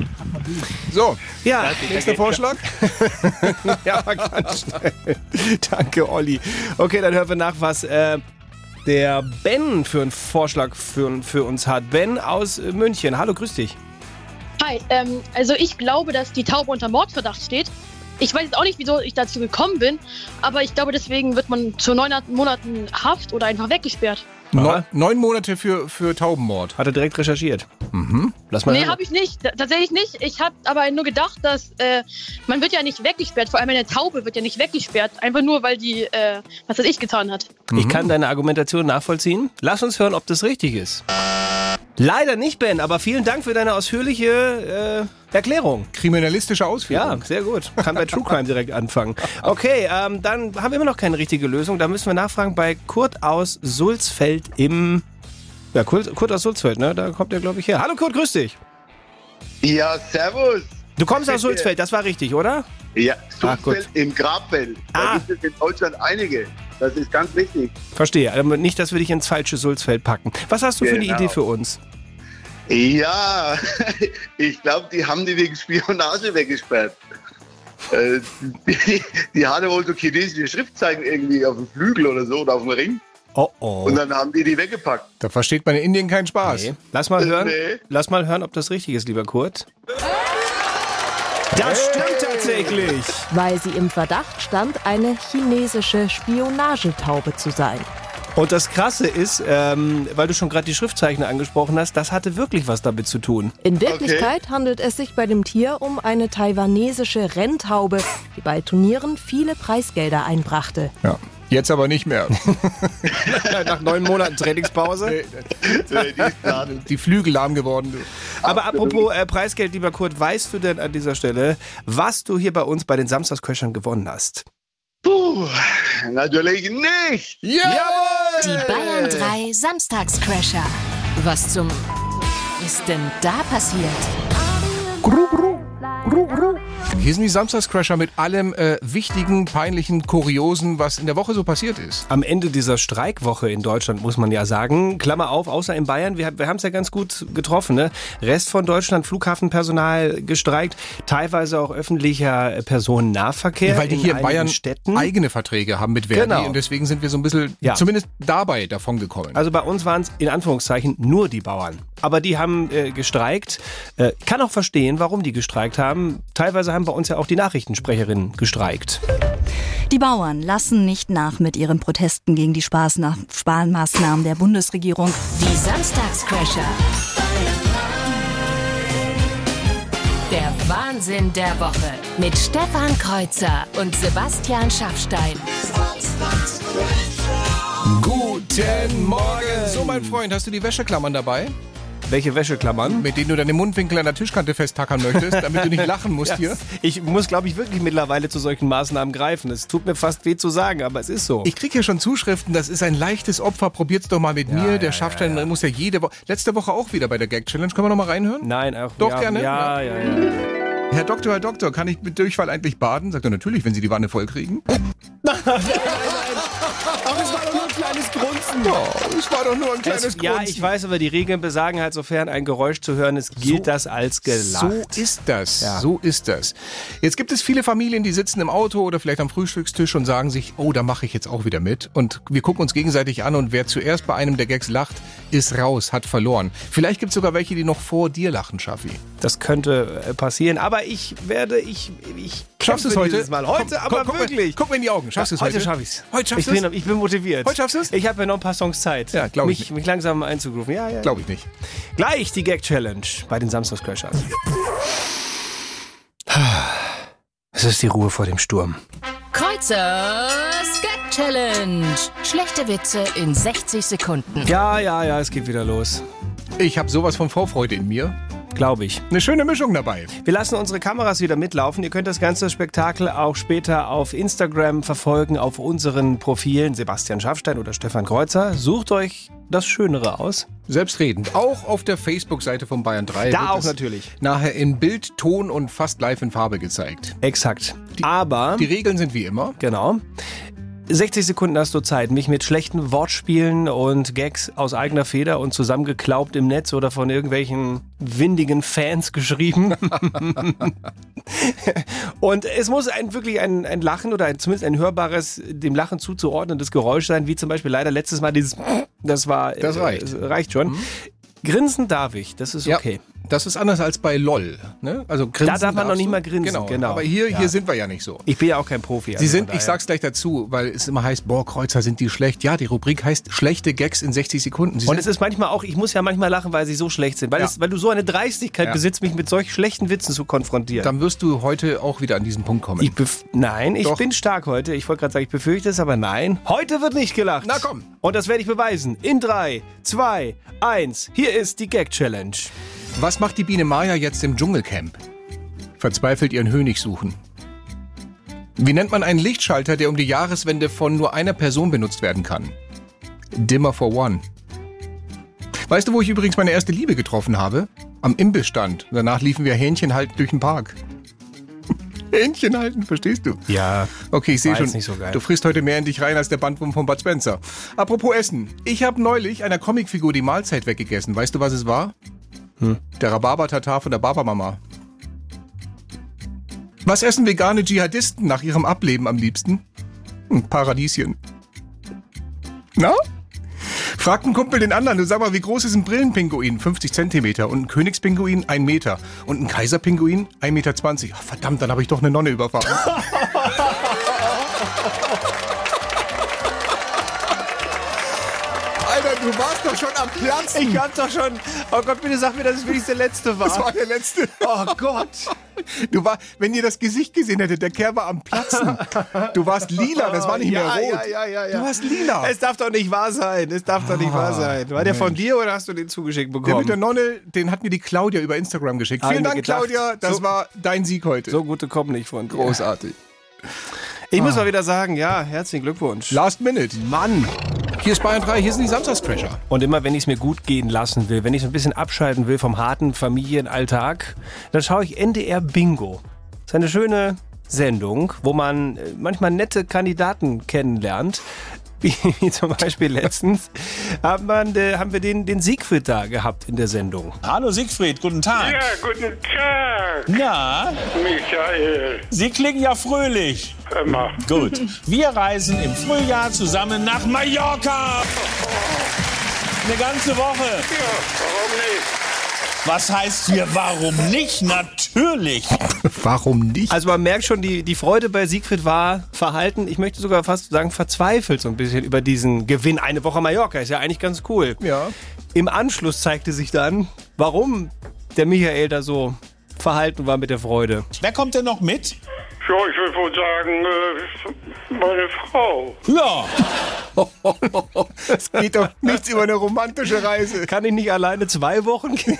D: So,
B: Ja,
D: nächster Vorschlag.
B: <laughs> Ja, war ganz schnell. Danke, Olli. Okay, dann hören wir nach, was äh, der Ben für einen Vorschlag für, für uns hat. Ben aus äh, München. Hallo, grüß dich.
K: Hi, ähm, also ich glaube, dass die Taube unter Mordverdacht steht. Ich weiß jetzt auch nicht, wieso ich dazu gekommen bin, aber ich glaube, deswegen wird man zu neun Monaten Haft oder einfach weggesperrt.
D: Neun, neun Monate für, für Taubenmord.
B: Hat er direkt recherchiert. Mhm. Lass mal
K: Nee,
B: hören.
K: habe ich nicht. T- Tatsächlich nicht. Ich habe aber nur gedacht, dass äh, man wird ja nicht weggesperrt. Vor allem eine Taube wird ja nicht weggesperrt. Einfach nur, weil die, äh, was das ich getan hat.
B: Ich kann deine Argumentation nachvollziehen. Lass uns hören, ob das richtig ist. Leider nicht, Ben, aber vielen Dank für deine ausführliche äh, Erklärung.
D: Kriminalistische
B: Ja,
D: Ausführung.
B: sehr gut. Kann bei True Crime direkt anfangen. Okay, ähm, dann haben wir immer noch keine richtige Lösung. Da müssen wir nachfragen bei Kurt aus Sulzfeld im. Ja, Kurt, Kurt aus Sulzfeld, ne? Da kommt er, glaube ich, her. Hallo Kurt, grüß dich.
H: Ja, servus.
B: Du kommst aus Sulzfeld, das war richtig, oder?
H: Ja,
B: Ah, gut.
H: Suchfeld im Grabfeld. Da
B: Ah.
H: gibt es in Deutschland einige. Das ist ganz wichtig.
B: Verstehe. Ähm, Nicht, dass wir dich ins falsche Sulzfeld packen. Was hast du für eine
H: Genau.
B: Idee für uns?
H: Ja, Ah, <laughs> ich glaube, die haben die wegen Spionage weggesperrt. Äh, Die, die hatte wohl so chinesische Schriftzeichen irgendwie auf dem Flügel oder so oder auf dem Ring.
B: Oh oh.
H: Und dann haben die die weggepackt.
D: Da versteht man in Indien keinen Spaß.
B: Nee. Lass mal hören.
H: Nee.
B: Lass mal hören, ob das richtig ist, lieber Kurt. Das stimmt tatsächlich.
I: weil sie im Verdacht stand, eine chinesische Spionagetaube zu sein.
B: Und das Krasse ist, ähm, weil du schon gerade die Schriftzeichen angesprochen hast, das hatte wirklich was damit zu tun.
I: In Wirklichkeit handelt es sich bei dem Tier um eine taiwanesische Renntaube, die bei Turnieren viele Preisgelder einbrachte.
D: Ja. Jetzt aber nicht mehr. <laughs>
B: Nach neun Monaten Trainingspause.
D: Die Flügel lahm geworden.
B: Aber apropos äh, Preisgeld, lieber Kurt, weißt du denn an dieser Stelle, was du hier bei uns bei den Samstagsköchern gewonnen hast?
H: Puh, natürlich nicht.
E: Die Bayern 3 Samstagscrasher. Was zum ist denn da passiert?
D: Gru, gru, gru, gru. Hier sind die Samstagscrasher mit allem äh, Wichtigen, Peinlichen, Kuriosen, was in der Woche so passiert ist.
B: Am Ende dieser Streikwoche in Deutschland muss man ja sagen, Klammer auf, außer in Bayern, wir, wir haben es ja ganz gut getroffen. Ne? Rest von Deutschland, Flughafenpersonal gestreikt, teilweise auch öffentlicher äh, Personennahverkehr.
D: Weil die hier in
B: einigen
D: Bayern
B: Städten.
D: eigene Verträge haben mit Verdi
B: Genau.
D: und deswegen sind wir so ein bisschen
B: Ja.
D: zumindest dabei davon gekommen.
B: Also bei uns waren es in Anführungszeichen nur die Bauern. Aber die haben äh, gestreikt. Äh, kann auch verstehen, warum die gestreikt haben. Teilweise haben bei uns ja auch die Nachrichtensprecherinnen gestreikt.
L: Die Bauern lassen nicht nach mit ihren Protesten gegen die Spaßna- Sparmaßnahmen der Bundesregierung.
E: Die Samstagscrasher. Der Wahnsinn der Woche mit Stefan Kreuzer und Sebastian Schaffstein.
D: Guten Morgen! So, mein Freund, hast du die Wäscheklammern dabei?
B: Welche Wäscheklammern?
D: Mit denen du deine Mundwinkel an der Tischkante festhackern möchtest, damit du nicht lachen musst <laughs>
B: Ja,
D: hier.
B: Ich muss, glaube ich, wirklich mittlerweile zu solchen Maßnahmen greifen. Es tut mir fast weh zu sagen, aber es ist so.
D: Ich kriege hier schon Zuschriften, das ist ein leichtes Opfer, probiert's doch mal mit mir. Der
B: ja,
D: Schaffstein muss ja jede Woche, letzte Woche auch wieder bei der Gag Challenge. Können wir noch mal reinhören?
B: Nein, auch
D: Doch,
B: ja,
D: gerne.
B: Ja, ja, ja.
D: Herr Doktor, Herr Doktor, kann ich mit Durchfall eigentlich baden? Sagt er natürlich, wenn Sie die Wanne voll <laughs> kriegen.
B: Aber es war doch nur ein kleines Grunzen.
D: Oh, es war doch nur ein kleines
B: Es, ja,
D: Grunzen.
B: ich weiß, aber die Regeln besagen halt, sofern ein Geräusch zu hören ist, gilt das als gelacht.
D: So ist das.
B: Ja.
D: So ist das. Jetzt gibt es viele Familien, die sitzen im Auto oder vielleicht am Frühstückstisch und sagen sich, oh, da mache ich jetzt auch wieder mit. Und wir gucken uns gegenseitig an und wer zuerst bei einem der Gags lacht, ist raus, hat verloren. Vielleicht gibt es sogar welche, die noch vor dir lachen, Schaffi.
B: Das könnte äh, passieren, aber ich werde, ich, ich
D: Schaffst du es
B: kämpfe
D: heute?
B: dieses Mal. Heute,
D: Komm,
B: aber
D: komm, guck mir-
B: wirklich.
D: Guck mir in die Augen. Schaffst du es heute?
B: Heute schaffe ich es.
D: Heute schaffst
B: ich bin,
D: du's?
B: ich bin motiviert.
D: Heute schaffst du's?
B: Ich habe ja noch ein paar Songs Zeit,
D: Ja, glaub
B: mich,
D: ich nicht.
B: mich langsam einzugrufen. Ja, ja.
D: Glaube ich nicht.
B: Gleich die Gag-Challenge bei den Samstagscrashers. Es ist die Ruhe vor dem Sturm.
E: Kreuzers Gag Challenge. Schlechte Witze in 60 Sekunden.
B: Ja, ja, ja, es geht wieder los.
D: Ich habe sowas von Vorfreude in mir.
B: Glaube ich.
D: Eine schöne Mischung dabei.
B: Wir lassen unsere Kameras wieder mitlaufen. Ihr könnt das ganze Spektakel auch später auf Instagram verfolgen, auf unseren Profilen Sebastian Schafstein oder Stefan Kreuzer. Sucht euch das Schönere aus.
D: Selbstredend. Auch auf der Facebook-Seite von Bayern 3.
B: Da
D: wird
B: auch
D: es
B: natürlich.
D: Nachher in Bild, Ton und fast live in Farbe gezeigt.
B: Exakt. Aber,
D: Die Regeln sind wie immer.
B: genau, 60 Sekunden hast du Zeit, mich mit schlechten Wortspielen und Gags aus eigener Feder und zusammengeklaubt im Netz oder von irgendwelchen windigen Fans <laughs> geschrieben. und es muss ein, wirklich ein, ein Lachen oder ein, zumindest ein hörbares, dem Lachen zuzuordnendes Geräusch sein, wie zum Beispiel leider letztes Mal dieses <laughs> Das war...
D: Das reicht. Mhm.
B: äh, reicht schon. Grinsen darf ich, das ist okay.
D: Ja, das ist anders als bei LOL. Ne? Also grinsen
B: Da darf man noch
D: darfst
B: nicht
D: du.
B: mal grinsen, genau.
D: Aber hier,
B: Ja.
D: hier sind wir ja nicht so.
B: Ich bin ja auch kein Profi.
D: Sie
B: also
D: sind,
B: von
D: ich
B: daher-
D: sag's gleich dazu, weil es immer heißt, boah, Kreuzer sind die schlecht. Ja, die Rubrik heißt schlechte Gags in 60 Sekunden. Sie
B: Und es
D: sind,
B: ist manchmal auch, ich muss ja manchmal lachen, weil sie so schlecht sind. Weil,
D: Ja.
B: es, weil du so eine Dreistigkeit
D: Ja.
B: besitzt, mich mit solch schlechten Witzen zu konfrontieren.
D: dann wirst du heute auch wieder an diesen Punkt kommen.
B: ich bef- nein, ich
D: Doch.
B: bin stark heute. Ich wollte gerade sagen, ich befürchte es, aber nein. Heute wird nicht gelacht.
D: Na komm.
B: Und das werde ich beweisen. In 3, 2, 1. Hier ist die Gag Challenge.
D: Was macht die Biene Maya jetzt im Dschungelcamp? Verzweifelt ihren Hönig suchen. Wie nennt man einen Lichtschalter, der um die Jahreswende von nur einer Person benutzt werden kann? Dimmer for One. Weißt du, wo ich übrigens meine erste Liebe getroffen habe? Am Imbissstand. Danach liefen wir Hähnchen halten durch den Park. <laughs> Hähnchen halten, verstehst du?
B: Ja.
D: Okay, ich sehe
B: War jetzt
D: schon,
B: nicht so geil.
D: du frisst heute mehr in dich rein als der Bandwurm von Bud Spencer. Apropos Essen. Ich habe neulich einer Comicfigur die Mahlzeit weggegessen. Weißt du, was es war? Der Rhabarber-Tatar von der Barbamama. Was essen vegane Dschihadisten nach ihrem Ableben am liebsten? Ein Paradieschen. Na? Fragt ein Kumpel den anderen, du sag mal, wie groß ist ein Brillenpinguin? 50 Zentimeter. Und ein Königspinguin? Ein Meter. Und ein Kaiserpinguin? 1,20 Meter. Ach, verdammt, dann habe ich doch eine Nonne überfahren. <laughs> Alter, du warst doch schon am Platz.
B: Ich hab doch schon. Oh Gott, bitte sag mir, dass es wirklich der letzte war.
D: Das war der letzte.
B: Oh Gott.
D: Du war, wenn ihr das Gesicht gesehen hättet, der Kerl war am Platzen. Du warst lila, das war nicht
B: ja,
D: mehr
B: Ja,
D: rot.
B: ja, ja, ja.
D: Du warst lila. Ah,
B: Es darf doch nicht wahr sein. Es darf doch nicht wahr sein. War der von dir oder hast du den zugeschickt
D: Der
B: bekommen?
D: mit der Nonne, den hat mir die Claudia über Instagram geschickt.
B: Hab ich
D: Vielen
B: mir
D: Dank,
B: gedacht.
D: Claudia. Das
B: So-
D: war dein Sieg heute.
B: so gute kommen nicht von dir.
D: Großartig.
B: Ich muss mal wieder sagen, ja, herzlichen Glückwunsch.
D: Last Minute.
B: Ah. Mann.
D: Hier ist Bayern 3, hier sind die Samstagscrasher.
B: Und immer, wenn ich es mir gut gehen lassen will, wenn ich so ein bisschen abschalten will vom harten Familienalltag, dann schaue ich NDR Bingo. Das ist eine schöne Sendung, wo man äh, manchmal nette Kandidaten kennenlernt. <laughs> Wie wie zum Beispiel letztens haben, man, äh, haben wir den, den Siegfried da gehabt in der Sendung.
M: Hallo Siegfried, guten Tag.
G: Ja, guten Tag,
M: Na,
G: Michael.
M: Sie klingen ja fröhlich.
G: Immer.
M: Gut. Wir reisen im Frühjahr zusammen nach Mallorca. Eine ganze Woche.
G: Ja, warum nicht?
M: Was heißt hier, warum nicht? Natürlich.
D: <laughs> Warum nicht?
B: Also man merkt schon, die, die Freude bei Siegfried war verhalten, ich möchte sogar fast sagen verzweifelt so ein bisschen über diesen Gewinn. Eine Woche Mallorca ist ja eigentlich ganz cool.
D: Ja.
B: Im Anschluss zeigte sich dann, warum der Michael da so verhalten war mit der Freude.
M: Wer kommt denn noch mit?
G: Ja, ich würde wohl sagen, äh, meine Frau.
M: Ja.
D: Es Also, geht doch nichts über eine romantische Reise.
B: Kann ich nicht alleine zwei Wochen gehen?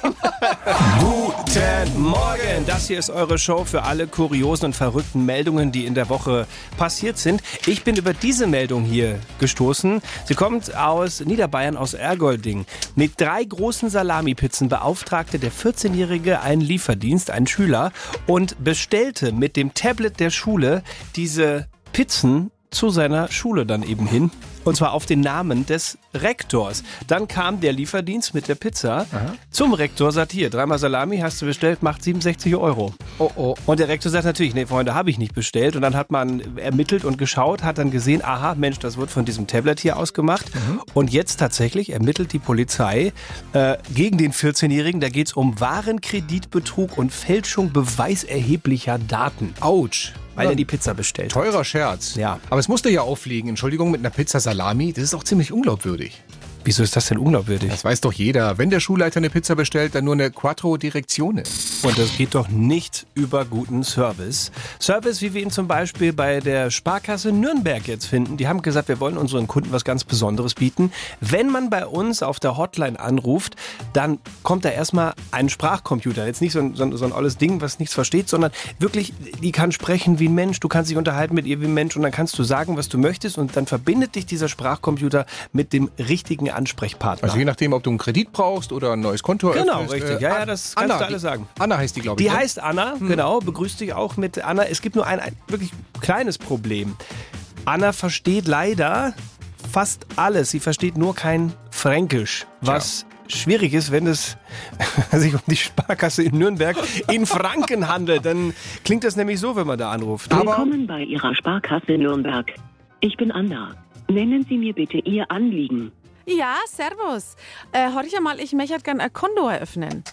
B: Guten Morgen! Das hier ist eure Show für alle kuriosen und verrückten Meldungen, die in der Woche passiert sind. Ich bin über diese Meldung hier gestoßen. Sie kommt aus Niederbayern, aus Ergolding. Mit drei großen Salamipitzen beauftragte der 14-Jährige einen Lieferdienst, einen Schüler, und bestellte mit dem Tablet der Schule diese Pizzen zu seiner Schule dann eben hin. Und zwar auf den Namen des Rektors. Dann kam der Lieferdienst mit der Pizza zum Rektor, sagt hier, dreimal Salami hast du bestellt, macht 67 Euro.
D: Oh, oh.
B: Und der Rektor sagt natürlich, nee, Freunde, habe ich nicht bestellt. Und dann hat man ermittelt und geschaut, hat dann gesehen, aha, Mensch, das wird von diesem Tablet hier ausgemacht. Und jetzt tatsächlich ermittelt die Polizei äh, gegen den 14-Jährigen. Da geht es um Warenkreditbetrug und Fälschung beweiserheblicher Daten.
D: Autsch.
B: Weil er die Pizza bestellt hat.
D: Teurer Scherz.
B: Ja.
D: Aber es musste ja auffliegen. Entschuldigung, mit einer Pizza Salami, das ist auch ziemlich unglaubwürdig.
B: Wieso ist das denn unglaubwürdig?
D: Das weiß doch jeder. Wenn der Schulleiter eine Pizza bestellt, dann nur eine Quattro Directione.
B: Und das geht doch nicht über guten Service. Service, wie wir ihn zum Beispiel bei der Sparkasse Nürnberg jetzt finden. Die haben gesagt, wir wollen unseren Kunden was ganz Besonderes bieten. Wenn man bei uns auf der Hotline anruft, dann kommt da erstmal ein Sprachcomputer. Jetzt nicht so ein, so ein, so ein alles Ding, was nichts versteht, sondern wirklich, die kann sprechen wie ein Mensch. Du kannst dich unterhalten mit ihr wie ein Mensch und dann kannst du sagen, was du möchtest. Und dann verbindet dich dieser Sprachcomputer mit dem richtigen Ansprechpartner.
D: Also je nachdem, ob du einen Kredit brauchst oder ein neues Konto
B: Genau,
D: eröffnest,
B: richtig.
D: äh,
B: Ja, ja, das
D: Anna,
B: kannst du alles sagen.
D: Die, Anna heißt die, glaube ich.
B: Die
D: ne?
B: heißt Anna, genau. Begrüßt dich auch mit Anna. Es gibt nur ein, ein wirklich kleines Problem. Anna versteht leider fast alles. Sie versteht nur kein Fränkisch, was schwierig ist, wenn es <laughs> sich um die Sparkasse in Nürnberg in Franken handelt. Dann klingt das nämlich so, wenn man da anruft. Mhm.
N: Willkommen bei Ihrer Sparkasse Nürnberg. Ich bin Anna. Nennen Sie mir bitte Ihr Anliegen.
O: Ja, servus. Äh, hör ich mal, ich möchte gern ein Konto eröffnen.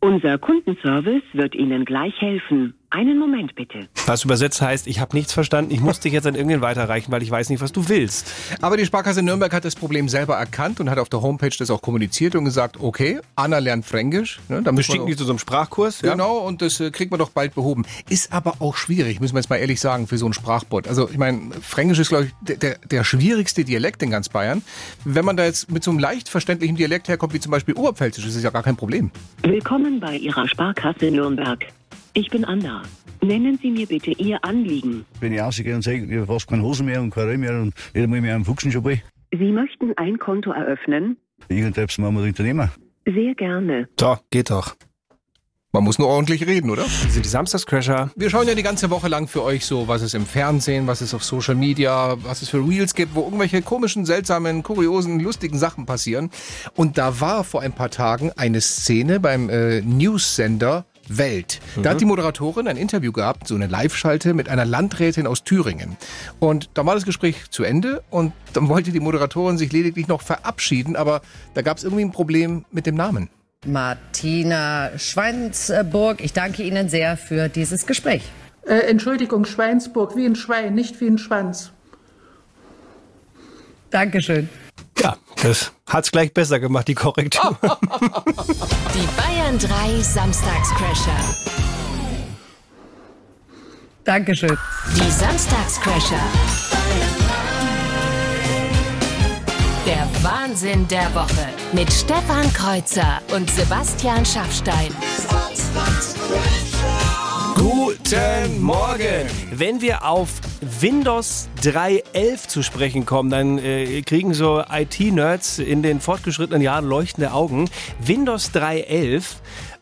N: Unser Kundenservice wird Ihnen gleich helfen. Einen Moment bitte.
B: Was übersetzt heißt, ich habe nichts verstanden, ich muss dich jetzt an irgendwen weiterreichen, weil ich weiß nicht, was du willst.
D: Aber die Sparkasse Nürnberg hat das Problem selber erkannt und hat auf der Homepage das auch kommuniziert und gesagt, okay, Anna lernt Fränkisch. Ne, da muss man
B: Bestimmt
D: auch-
B: nicht zu so einem Sprachkurs. Ja?
D: Genau, und das äh, kriegt man doch bald behoben. Ist aber auch schwierig, müssen wir jetzt mal ehrlich sagen, für so einen Sprachbot. Also ich meine, Fränkisch ist, glaube ich, der, der, der schwierigste Dialekt in ganz Bayern. Wenn man da jetzt mit so einem leicht verständlichen Dialekt herkommt, wie zum Beispiel Oberpfälzisch, ist es ja gar kein Problem.
N: Willkommen bei Ihrer Sparkasse Nürnberg. Ich bin Anna. Nennen Sie mir bitte Ihr Anliegen.
P: Wenn ich rausgehe und sehe, ich habe fast keine Hosen mehr und keine Reim mehr und nicht einmal mehr einen Fuchsen schon bei.
N: Sie möchten ein Konto eröffnen?
P: Irgendetwas machen wir Unternehmer.
N: Sehr gerne.
B: So, geht doch.
D: Man muss nur ordentlich reden, oder?
B: Wir sind die Samstagscrasher.
D: Wir schauen ja die ganze Woche lang für euch so, was es im Fernsehen, was es auf Social Media, was es für Reels gibt, wo irgendwelche komischen, seltsamen, kuriosen, lustigen Sachen passieren. Und da war vor ein paar Tagen eine Szene beim äh, News-Sender Welt. Da hat die Moderatorin ein Interview gehabt, so eine Live-Schalte mit einer Landrätin aus Thüringen. Und da war das Gespräch zu Ende und dann wollte die Moderatorin sich lediglich noch verabschieden, aber da gab es irgendwie ein Problem mit dem Namen.
Q: Martina Schweinsburg, ich danke Ihnen sehr für dieses Gespräch.
R: Äh, Entschuldigung, Schweinsburg, wie ein Schwein, nicht wie ein Schwanz.
Q: Dankeschön.
B: Ja, das hat's gleich besser gemacht, die Korrektur.
E: Die Bayern 3 Samstagscrasher.
Q: Dankeschön.
E: Die Samstagscrasher. Der Wahnsinn der Woche mit Stefan Kreuzer und Sebastian Schaffstein.
B: Guten Morgen! Wenn wir auf Windows 3.11 zu sprechen kommen, dann äh, kriegen so IT-Nerds in den fortgeschrittenen Jahren leuchtende Augen. Windows 3.11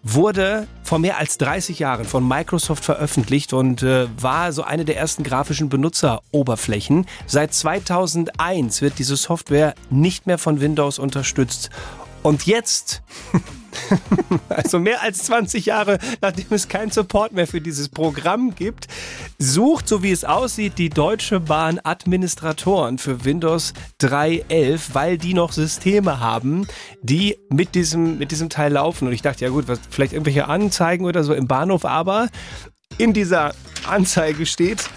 B: wurde vor mehr als 30 Jahren von Microsoft veröffentlicht und äh, war so eine der ersten grafischen Benutzeroberflächen. Seit 2001 wird diese Software nicht mehr von Windows unterstützt. Und jetzt also mehr als 20 Jahre, nachdem es keinen Support mehr für dieses Programm gibt, sucht, so wie es aussieht, die Deutsche Bahn Administratoren für Windows 3.11, weil die noch Systeme haben, die mit diesem, mit diesem Teil laufen. Und ich dachte, ja gut, was, vielleicht irgendwelche Anzeigen oder so im Bahnhof, aber in dieser Anzeige steht,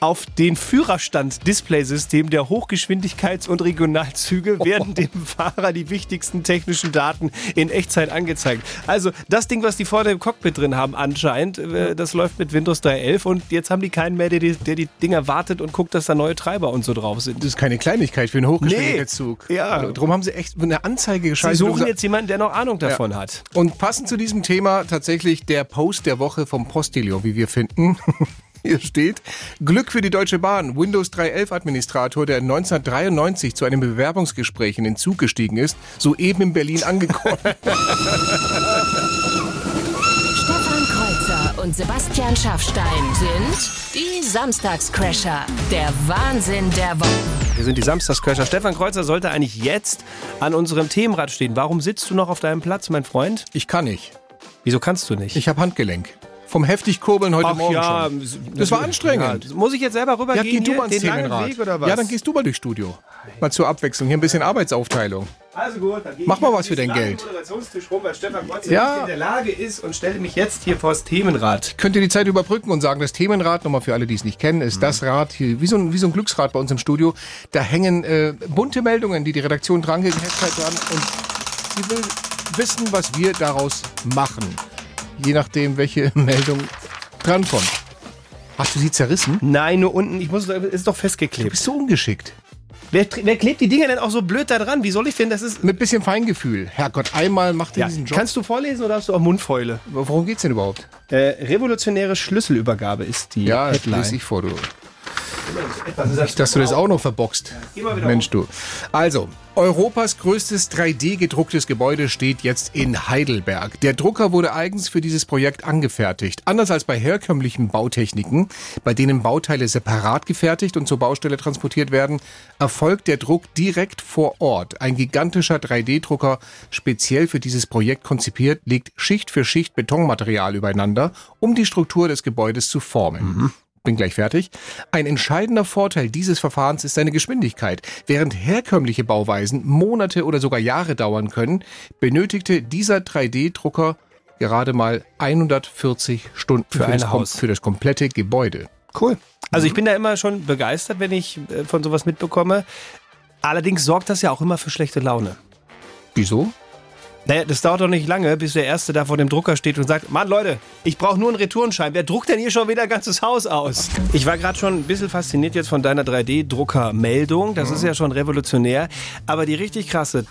B: auf den Führerstand-Displaysystem der Hochgeschwindigkeits- und Regionalzüge werden dem Fahrer die wichtigsten technischen Daten in Echtzeit angezeigt. Also das Ding, was die vorne im Cockpit drin haben anscheinend, äh, das läuft mit Windows 3.11 und jetzt haben die keinen mehr, der die, der die Dinger wartet und guckt, dass da neue Treiber und so drauf sind.
D: Das ist keine Kleinigkeit für einen Hochgeschwindigkeitszug.
B: Nee, ja.
D: Also, Darum haben sie echt eine Anzeige
B: Sie
D: geschaltet.
B: suchen
D: und-
B: jetzt jemanden, der noch Ahnung davon hat.
D: Und passend zu diesem Thema tatsächlich der Post der Woche vom Postilio, wie wir finden. <laughs> Hier steht, Glück für die Deutsche Bahn. Windows 3.11 Administrator, der 1993 zu einem Bewerbungsgespräch in den Zug gestiegen ist, soeben in
B: <laughs>
D: Berlin angekommen.
E: Stefan Kreuzer und Sebastian Schaffstein sind die Samstagscrasher. Der Wahnsinn der Woche.
B: Wir sind die Samstagsköcher. Stefan Kreuzer sollte eigentlich jetzt an unserem Themenrad stehen. Warum sitzt du noch auf deinem Platz, mein Freund?
D: Ich kann nicht.
B: Wieso kannst du nicht?
D: Ich habe Handgelenk. Vom heftig Kurbeln heute
B: Ach
D: Morgen
B: ja,
D: schon. Das war anstrengend.
B: Ja, Halt. muss ich jetzt selber
D: Ja,
B: rübergehen?
D: geh du
B: hier,
D: mal ins
B: den langen
D: Themenrad.
B: Weg oder was?
D: Ja, dann gehst du mal durchs Studio. Mal zur Abwechslung. Hier ein bisschen Arbeitsaufteilung.
B: Also gut, dann geh
D: Mach
B: ich
D: mal
B: jetzt
D: was für
B: diesen
D: dein
B: langen
D: Geld.
B: Moderationstisch rum, weil Stefan Kreuzer
D: Ja.
B: nicht in der Lage ist und stelle mich jetzt hier vors Themenrad.
D: Könnt ihr die Zeit überbrücken und sagen, das Themenrad, nochmal für alle, die es nicht kennen,
B: Mhm.
D: ist das Rad hier, wie so, ein, wie so ein Glücksrad bei uns im Studio. Da hängen äh, bunte Meldungen, die die Redaktion drangehängt hat, halt dran. Und sie will wissen, was wir daraus machen. Je nachdem, welche <laughs> Meldung drankommt. Hast du die zerrissen?
B: Nein, nur unten. Ich muss, ist doch festgeklebt. Du
D: bist so ungeschickt.
B: Wer, wer klebt die Dinger denn auch so blöd da dran? Wie soll ich denn das ist?
D: Mit bisschen Feingefühl. Herrgott, einmal macht ihr
B: Ja.
D: diesen Job.
B: Kannst du vorlesen oder hast du auch Mundfäule?
D: Worum geht's denn überhaupt?
B: Äh, revolutionäre Schlüsselübergabe ist die
D: Ja, das
B: Headline.
D: lese ich vor, du. Nicht, dass du das auch noch verboxt.
B: Geh mal wieder
D: Mensch, du. Also, Europas größtes 3D-gedrucktes Gebäude steht jetzt in Heidelberg. Der Drucker wurde eigens für dieses Projekt angefertigt. Anders als bei herkömmlichen Bautechniken, bei denen Bauteile separat gefertigt und zur Baustelle transportiert werden, erfolgt der Druck direkt vor Ort. Ein gigantischer 3D-Drucker, speziell für dieses Projekt konzipiert, legt Schicht für Schicht Betonmaterial übereinander, um die Struktur des Gebäudes zu formen bin gleich fertig. Ein entscheidender Vorteil dieses Verfahrens ist seine Geschwindigkeit. Während herkömmliche Bauweisen Monate oder sogar Jahre dauern können, benötigte dieser 3D-Drucker gerade mal 140 Stunden
B: Für ein
D: das, kom-
B: Haus.
D: für das komplette Gebäude.
B: Cool. Also ich bin da immer schon begeistert, wenn ich äh, von sowas mitbekomme. Allerdings sorgt das ja auch immer für schlechte Laune.
D: Wieso?
B: Naja, das dauert doch nicht lange, bis der Erste da vor dem Drucker steht und sagt, Mann, Leute, ich brauche nur einen Retourenschein. Wer druckt denn hier schon wieder ein ganzes Haus aus? Ich war gerade schon ein bisschen fasziniert jetzt von deiner 3D-Drucker-Meldung. Das ist ja schon revolutionär. Aber die richtig krasse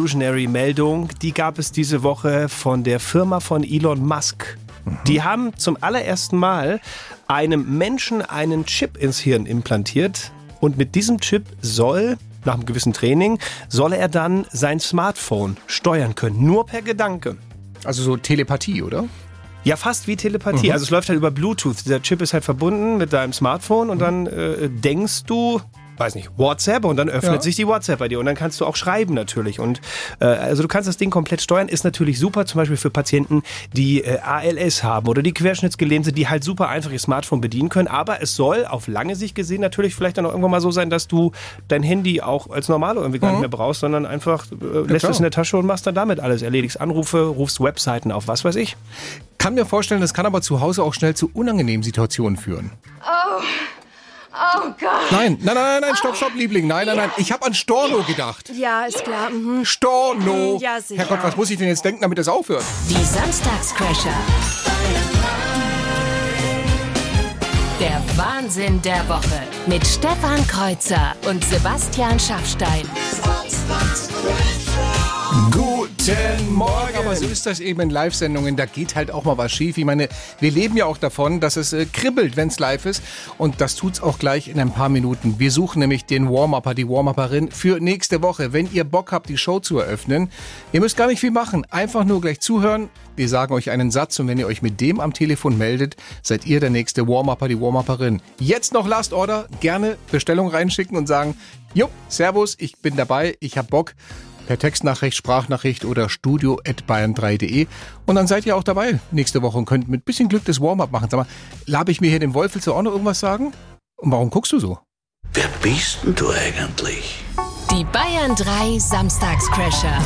B: Tech-Revolutionary-Meldung, die gab es diese Woche von der Firma von Elon Musk. Die haben zum allerersten Mal einem Menschen einen Chip ins Hirn implantiert. Und mit diesem Chip soll nach einem gewissen Training, soll er dann sein Smartphone steuern können. Nur per Gedanke.
D: Also so Telepathie, oder?
B: Ja, fast wie Telepathie.
D: Mhm.
B: Also es läuft halt über Bluetooth. Dieser Chip ist halt verbunden mit deinem Smartphone und
D: Mhm.
B: dann äh, denkst du, weiß nicht, WhatsApp und dann öffnet
D: Ja.
B: sich die WhatsApp bei dir und dann kannst du auch schreiben natürlich. Und äh, also du kannst das Ding komplett steuern. Ist natürlich super, zum Beispiel für Patienten, die äh, ALS haben oder die Querschnittsgelähmte, die halt super einfach ihr Smartphone bedienen können. Aber es soll auf lange Sicht gesehen natürlich vielleicht dann auch irgendwann mal so sein, dass du dein Handy auch als Normalo irgendwie gar nicht mehr brauchst, sondern einfach äh, lässt
D: Mhm. klar.
B: es in der Tasche und machst dann damit alles. Erledigst Anrufe, rufst Webseiten auf, was weiß ich.
D: Kann mir vorstellen, das kann aber zu Hause auch schnell zu unangenehmen Situationen führen.
R: Oh,
I: Oh Gott.
D: Nein, nein, nein, nein, stopp, stopp, Liebling. Nein, nein, nein. Ich habe an Storno gedacht.
I: Ja, ist klar. Mhm.
D: Storno.
I: Mhm, ja, sicher.
D: Herrgott, was muss ich denn jetzt denken, damit das aufhört?
E: Die Samstagscrasher. Der Wahnsinn der Woche mit Stefan Kreuzer und Sebastian Schaffstein.
D: Guten Morgen. Aber so ist das eben in Live-Sendungen. Da geht halt auch mal was schief. Ich meine, wir leben ja auch davon, dass es äh, kribbelt, wenn es live ist. Und das tut's auch gleich in ein paar Minuten. Wir suchen nämlich den Warm-Upper, die Warm-Upperin für nächste Woche. Wenn ihr Bock habt, die Show zu eröffnen, ihr müsst gar nicht viel machen. Einfach nur gleich zuhören. Wir sagen euch einen Satz und wenn ihr euch mit dem am Telefon meldet, seid ihr der nächste Warm-Upper, die Warm-Upperin. Jetzt noch Last Order. Gerne Bestellung reinschicken und sagen, Jupp, Servus, ich bin dabei, ich hab Bock per Textnachricht, Sprachnachricht oder studio.bayern3.de. Und dann seid ihr auch dabei nächste Woche und könnt mit bisschen Glück das Warm-up machen. Sag mal, labe ich mir hier dem Wolfels auch noch irgendwas sagen? Und warum guckst du so?
R: Wer bist denn du eigentlich?
E: Die Bayern 3 Samstagscrasher.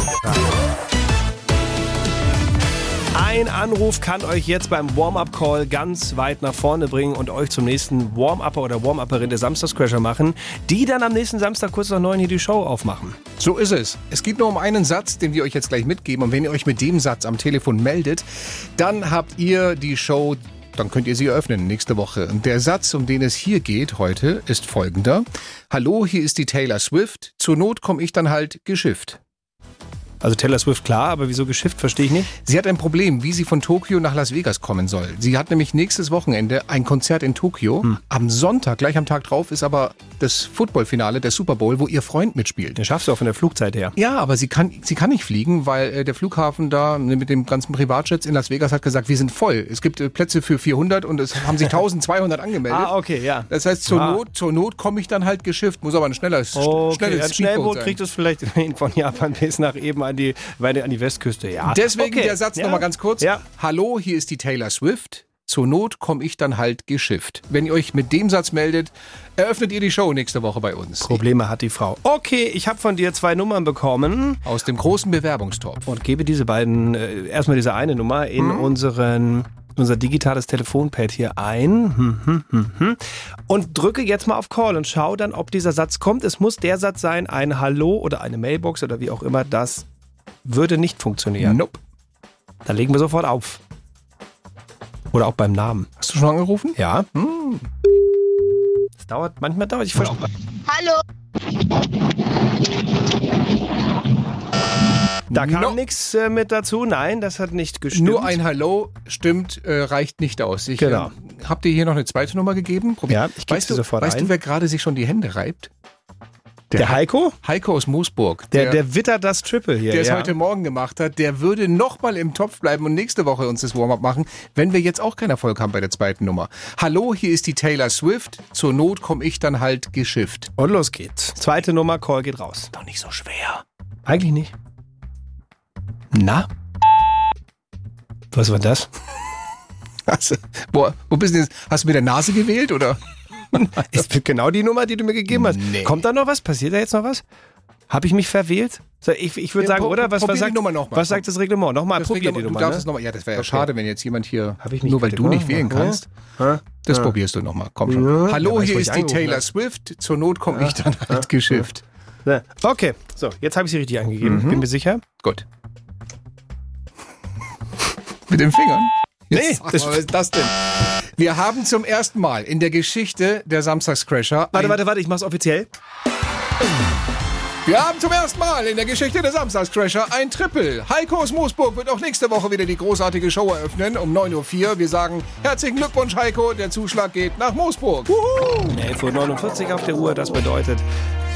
B: Ein Anruf kann euch jetzt beim Warm-Up-Call ganz weit nach vorne bringen und euch zum nächsten Warm-Upper oder Warm-Upperin der Samstagscrasher machen, die dann am nächsten Samstag kurz nach neun hier die Show aufmachen.
D: So ist es. Es geht nur um einen Satz, den wir euch jetzt gleich mitgeben. Und wenn ihr euch mit dem Satz am Telefon meldet, dann habt ihr die Show, dann könnt ihr sie eröffnen nächste Woche. Und der Satz, um den es hier geht heute, ist folgender. Hallo, hier ist die Taylor Swift. Zur Not komme ich dann halt geschifft.
B: Also Taylor Swift klar, aber wieso geschifft, verstehe ich nicht.
D: Sie hat ein Problem, wie sie von Tokio nach Las Vegas kommen soll. Sie hat nämlich nächstes Wochenende ein Konzert in Tokio.
B: Hm.
D: Am Sonntag, gleich am Tag drauf, ist aber das Footballfinale, der Super Bowl, wo ihr Freund mitspielt.
B: Den schaffst du auch von der Flugzeit her.
D: Ja, aber sie kann, sie kann nicht fliegen, weil äh, der Flughafen da mit dem ganzen Privatjets in Las Vegas hat gesagt, wir sind voll. Es gibt äh, Plätze für 400 und es
B: <laughs>
D: haben sich 1200 angemeldet.
B: Ah, okay, ja.
D: Das heißt, zur
B: Ah.
D: Not, zur Not komme ich dann halt geschifft. Muss aber ein schneller,
B: Okay, ein
D: schnelles Speedboat
B: Schnellboot
D: sein.
B: kriegt es vielleicht <laughs> hin von Japan bis nach eben an die, weiter an die Westküste. Ja.
D: Deswegen
B: Okay,
D: der Satz
B: ja.
D: nochmal ganz kurz.
B: Ja.
D: Hallo, hier ist die Taylor Swift. Zur Not komme ich dann halt geschifft. Wenn ihr euch mit dem Satz meldet, eröffnet ihr die Show nächste Woche bei uns.
B: Probleme hat die Frau. Okay, ich habe von dir zwei Nummern bekommen.
D: Aus dem großen Bewerbungstopf.
B: Und gebe diese beiden, äh, erstmal diese eine Nummer in unseren, unser digitales Telefonpad hier ein. Hm, hm, hm, hm. Und drücke jetzt mal auf Call und schau dann, ob dieser Satz kommt. Es muss der Satz sein, ein Hallo oder eine Mailbox oder wie auch immer. Das würde nicht funktionieren.
D: Nope.
B: Dann legen wir sofort auf. Oder auch beim Namen.
D: Hast du schon angerufen?
B: Ja. Es dauert, manchmal dauert ich verstehe.
S: Hallo.
B: Da kam nichts äh, mit dazu. Nein, das hat nicht gestimmt.
D: Nur ein Hallo stimmt, äh, reicht nicht aus. Ich,
B: Genau.
D: äh, hab dir hier noch eine zweite Nummer gegeben? Probier-
B: Ja, ich geb
D: weißt
B: sie
D: du,
B: sofort
D: Weißt
B: ein.
D: du, wer gerade sich schon die Hände reibt?
B: Der Heiko?
D: Heiko aus Moosburg.
B: Der, der wittert das Triple hier.
D: der es
B: ja.
D: heute Morgen gemacht hat, der würde nochmal im Topf bleiben und nächste Woche uns das Warm-up machen, wenn wir jetzt auch keinen Erfolg haben bei der zweiten Nummer. Hallo, hier ist die Taylor Swift. Zur Not komme ich dann halt geschifft. <laughs>
B: Und los geht's. Zweite Nummer, Call geht raus.
D: Doch nicht so schwer.
B: Eigentlich nicht. Na? Was war das?
D: Also, boah, wo bist du denn jetzt? Hast du mit der Nase gewählt oder?
B: Ah, Ist genau die Nummer, die du mir gegeben hast. Kommt da noch was? Passiert da jetzt noch was? Habe ich mich verwählt? So, Ich, ich würde
D: Ja,
B: sagen,
D: pro-
B: oder? Was,
D: probier
B: was,
D: die
B: sagt,
D: Nummer noch mal.
B: was sagt das Reglement? Nochmal,
D: Das
B: probier
D: Reglement-
B: die
D: du
B: Nummer.
D: darfst
B: ne?
D: es nochmal. Ja, das wäre ja schade, wenn jetzt jemand hier.
B: Hab ich mich
D: Nur weil du
B: gedacht,
D: nicht wählen
B: ne?
D: kannst.
B: Hä?
D: Das
B: Ja.
D: probierst du nochmal. Komm schon.
B: Ja,
D: Hallo,
B: weiß,
D: hier
B: wo ich
D: ist die
B: angerufen
D: Taylor
B: hab.
D: Swift. Zur Not komme ich dann halt geschifft.
B: Ja. Okay, so, jetzt habe ich sie richtig
D: Mhm.
B: angegeben. Bin mir sicher.
D: Gut. <laughs> Mit den Fingern?
B: Nee,
D: Jetzt, nee,
B: das-
D: was ist das denn? Wir haben zum ersten Mal in der Geschichte der Samstagscrasher.
B: Warte,
D: ein-
B: warte, warte, ich mach's offiziell.
D: Wir haben zum ersten Mal in der Geschichte der Samstagscrasher ein Triple. Heiko aus Moosburg wird auch nächste Woche wieder die großartige Show eröffnen um 9.04 Uhr. Wir sagen herzlichen Glückwunsch, Heiko. Der Zuschlag geht nach Moosburg.
B: 11.49 Uhr auf der Uhr. Das bedeutet,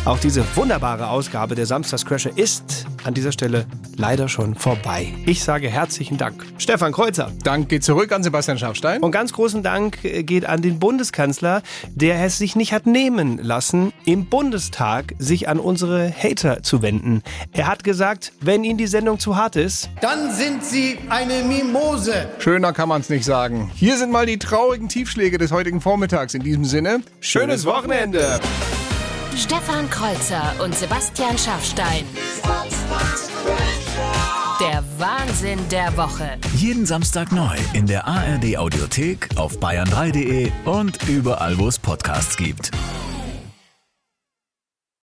B: auch diese wunderbare Ausgabe der Samstagscrasher ist an dieser Stelle leider schon vorbei. Ich sage herzlichen Dank. Stefan Kreuzer.
D: Dank geht zurück an Sebastian Schafstein.
B: Und ganz großen Dank äh, geht an den Bundeskanzler, der es sich nicht hat nehmen lassen, im Bundestag sich an unsere Hater zu wenden. Er hat gesagt, wenn Ihnen die Sendung zu hart ist,
T: Dann sind Sie eine Mimose.
D: Schöner kann man es nicht sagen. Hier sind mal die traurigen Tiefschläge des heutigen Vormittags. In diesem Sinne, schönes Wochenende.
E: Stefan Kreuzer und Sebastian Schaffstein. Der Wahnsinn der Woche.
H: Jeden Samstag neu in der ARD Audiothek, auf bayern3.de und überall, wo es Podcasts gibt.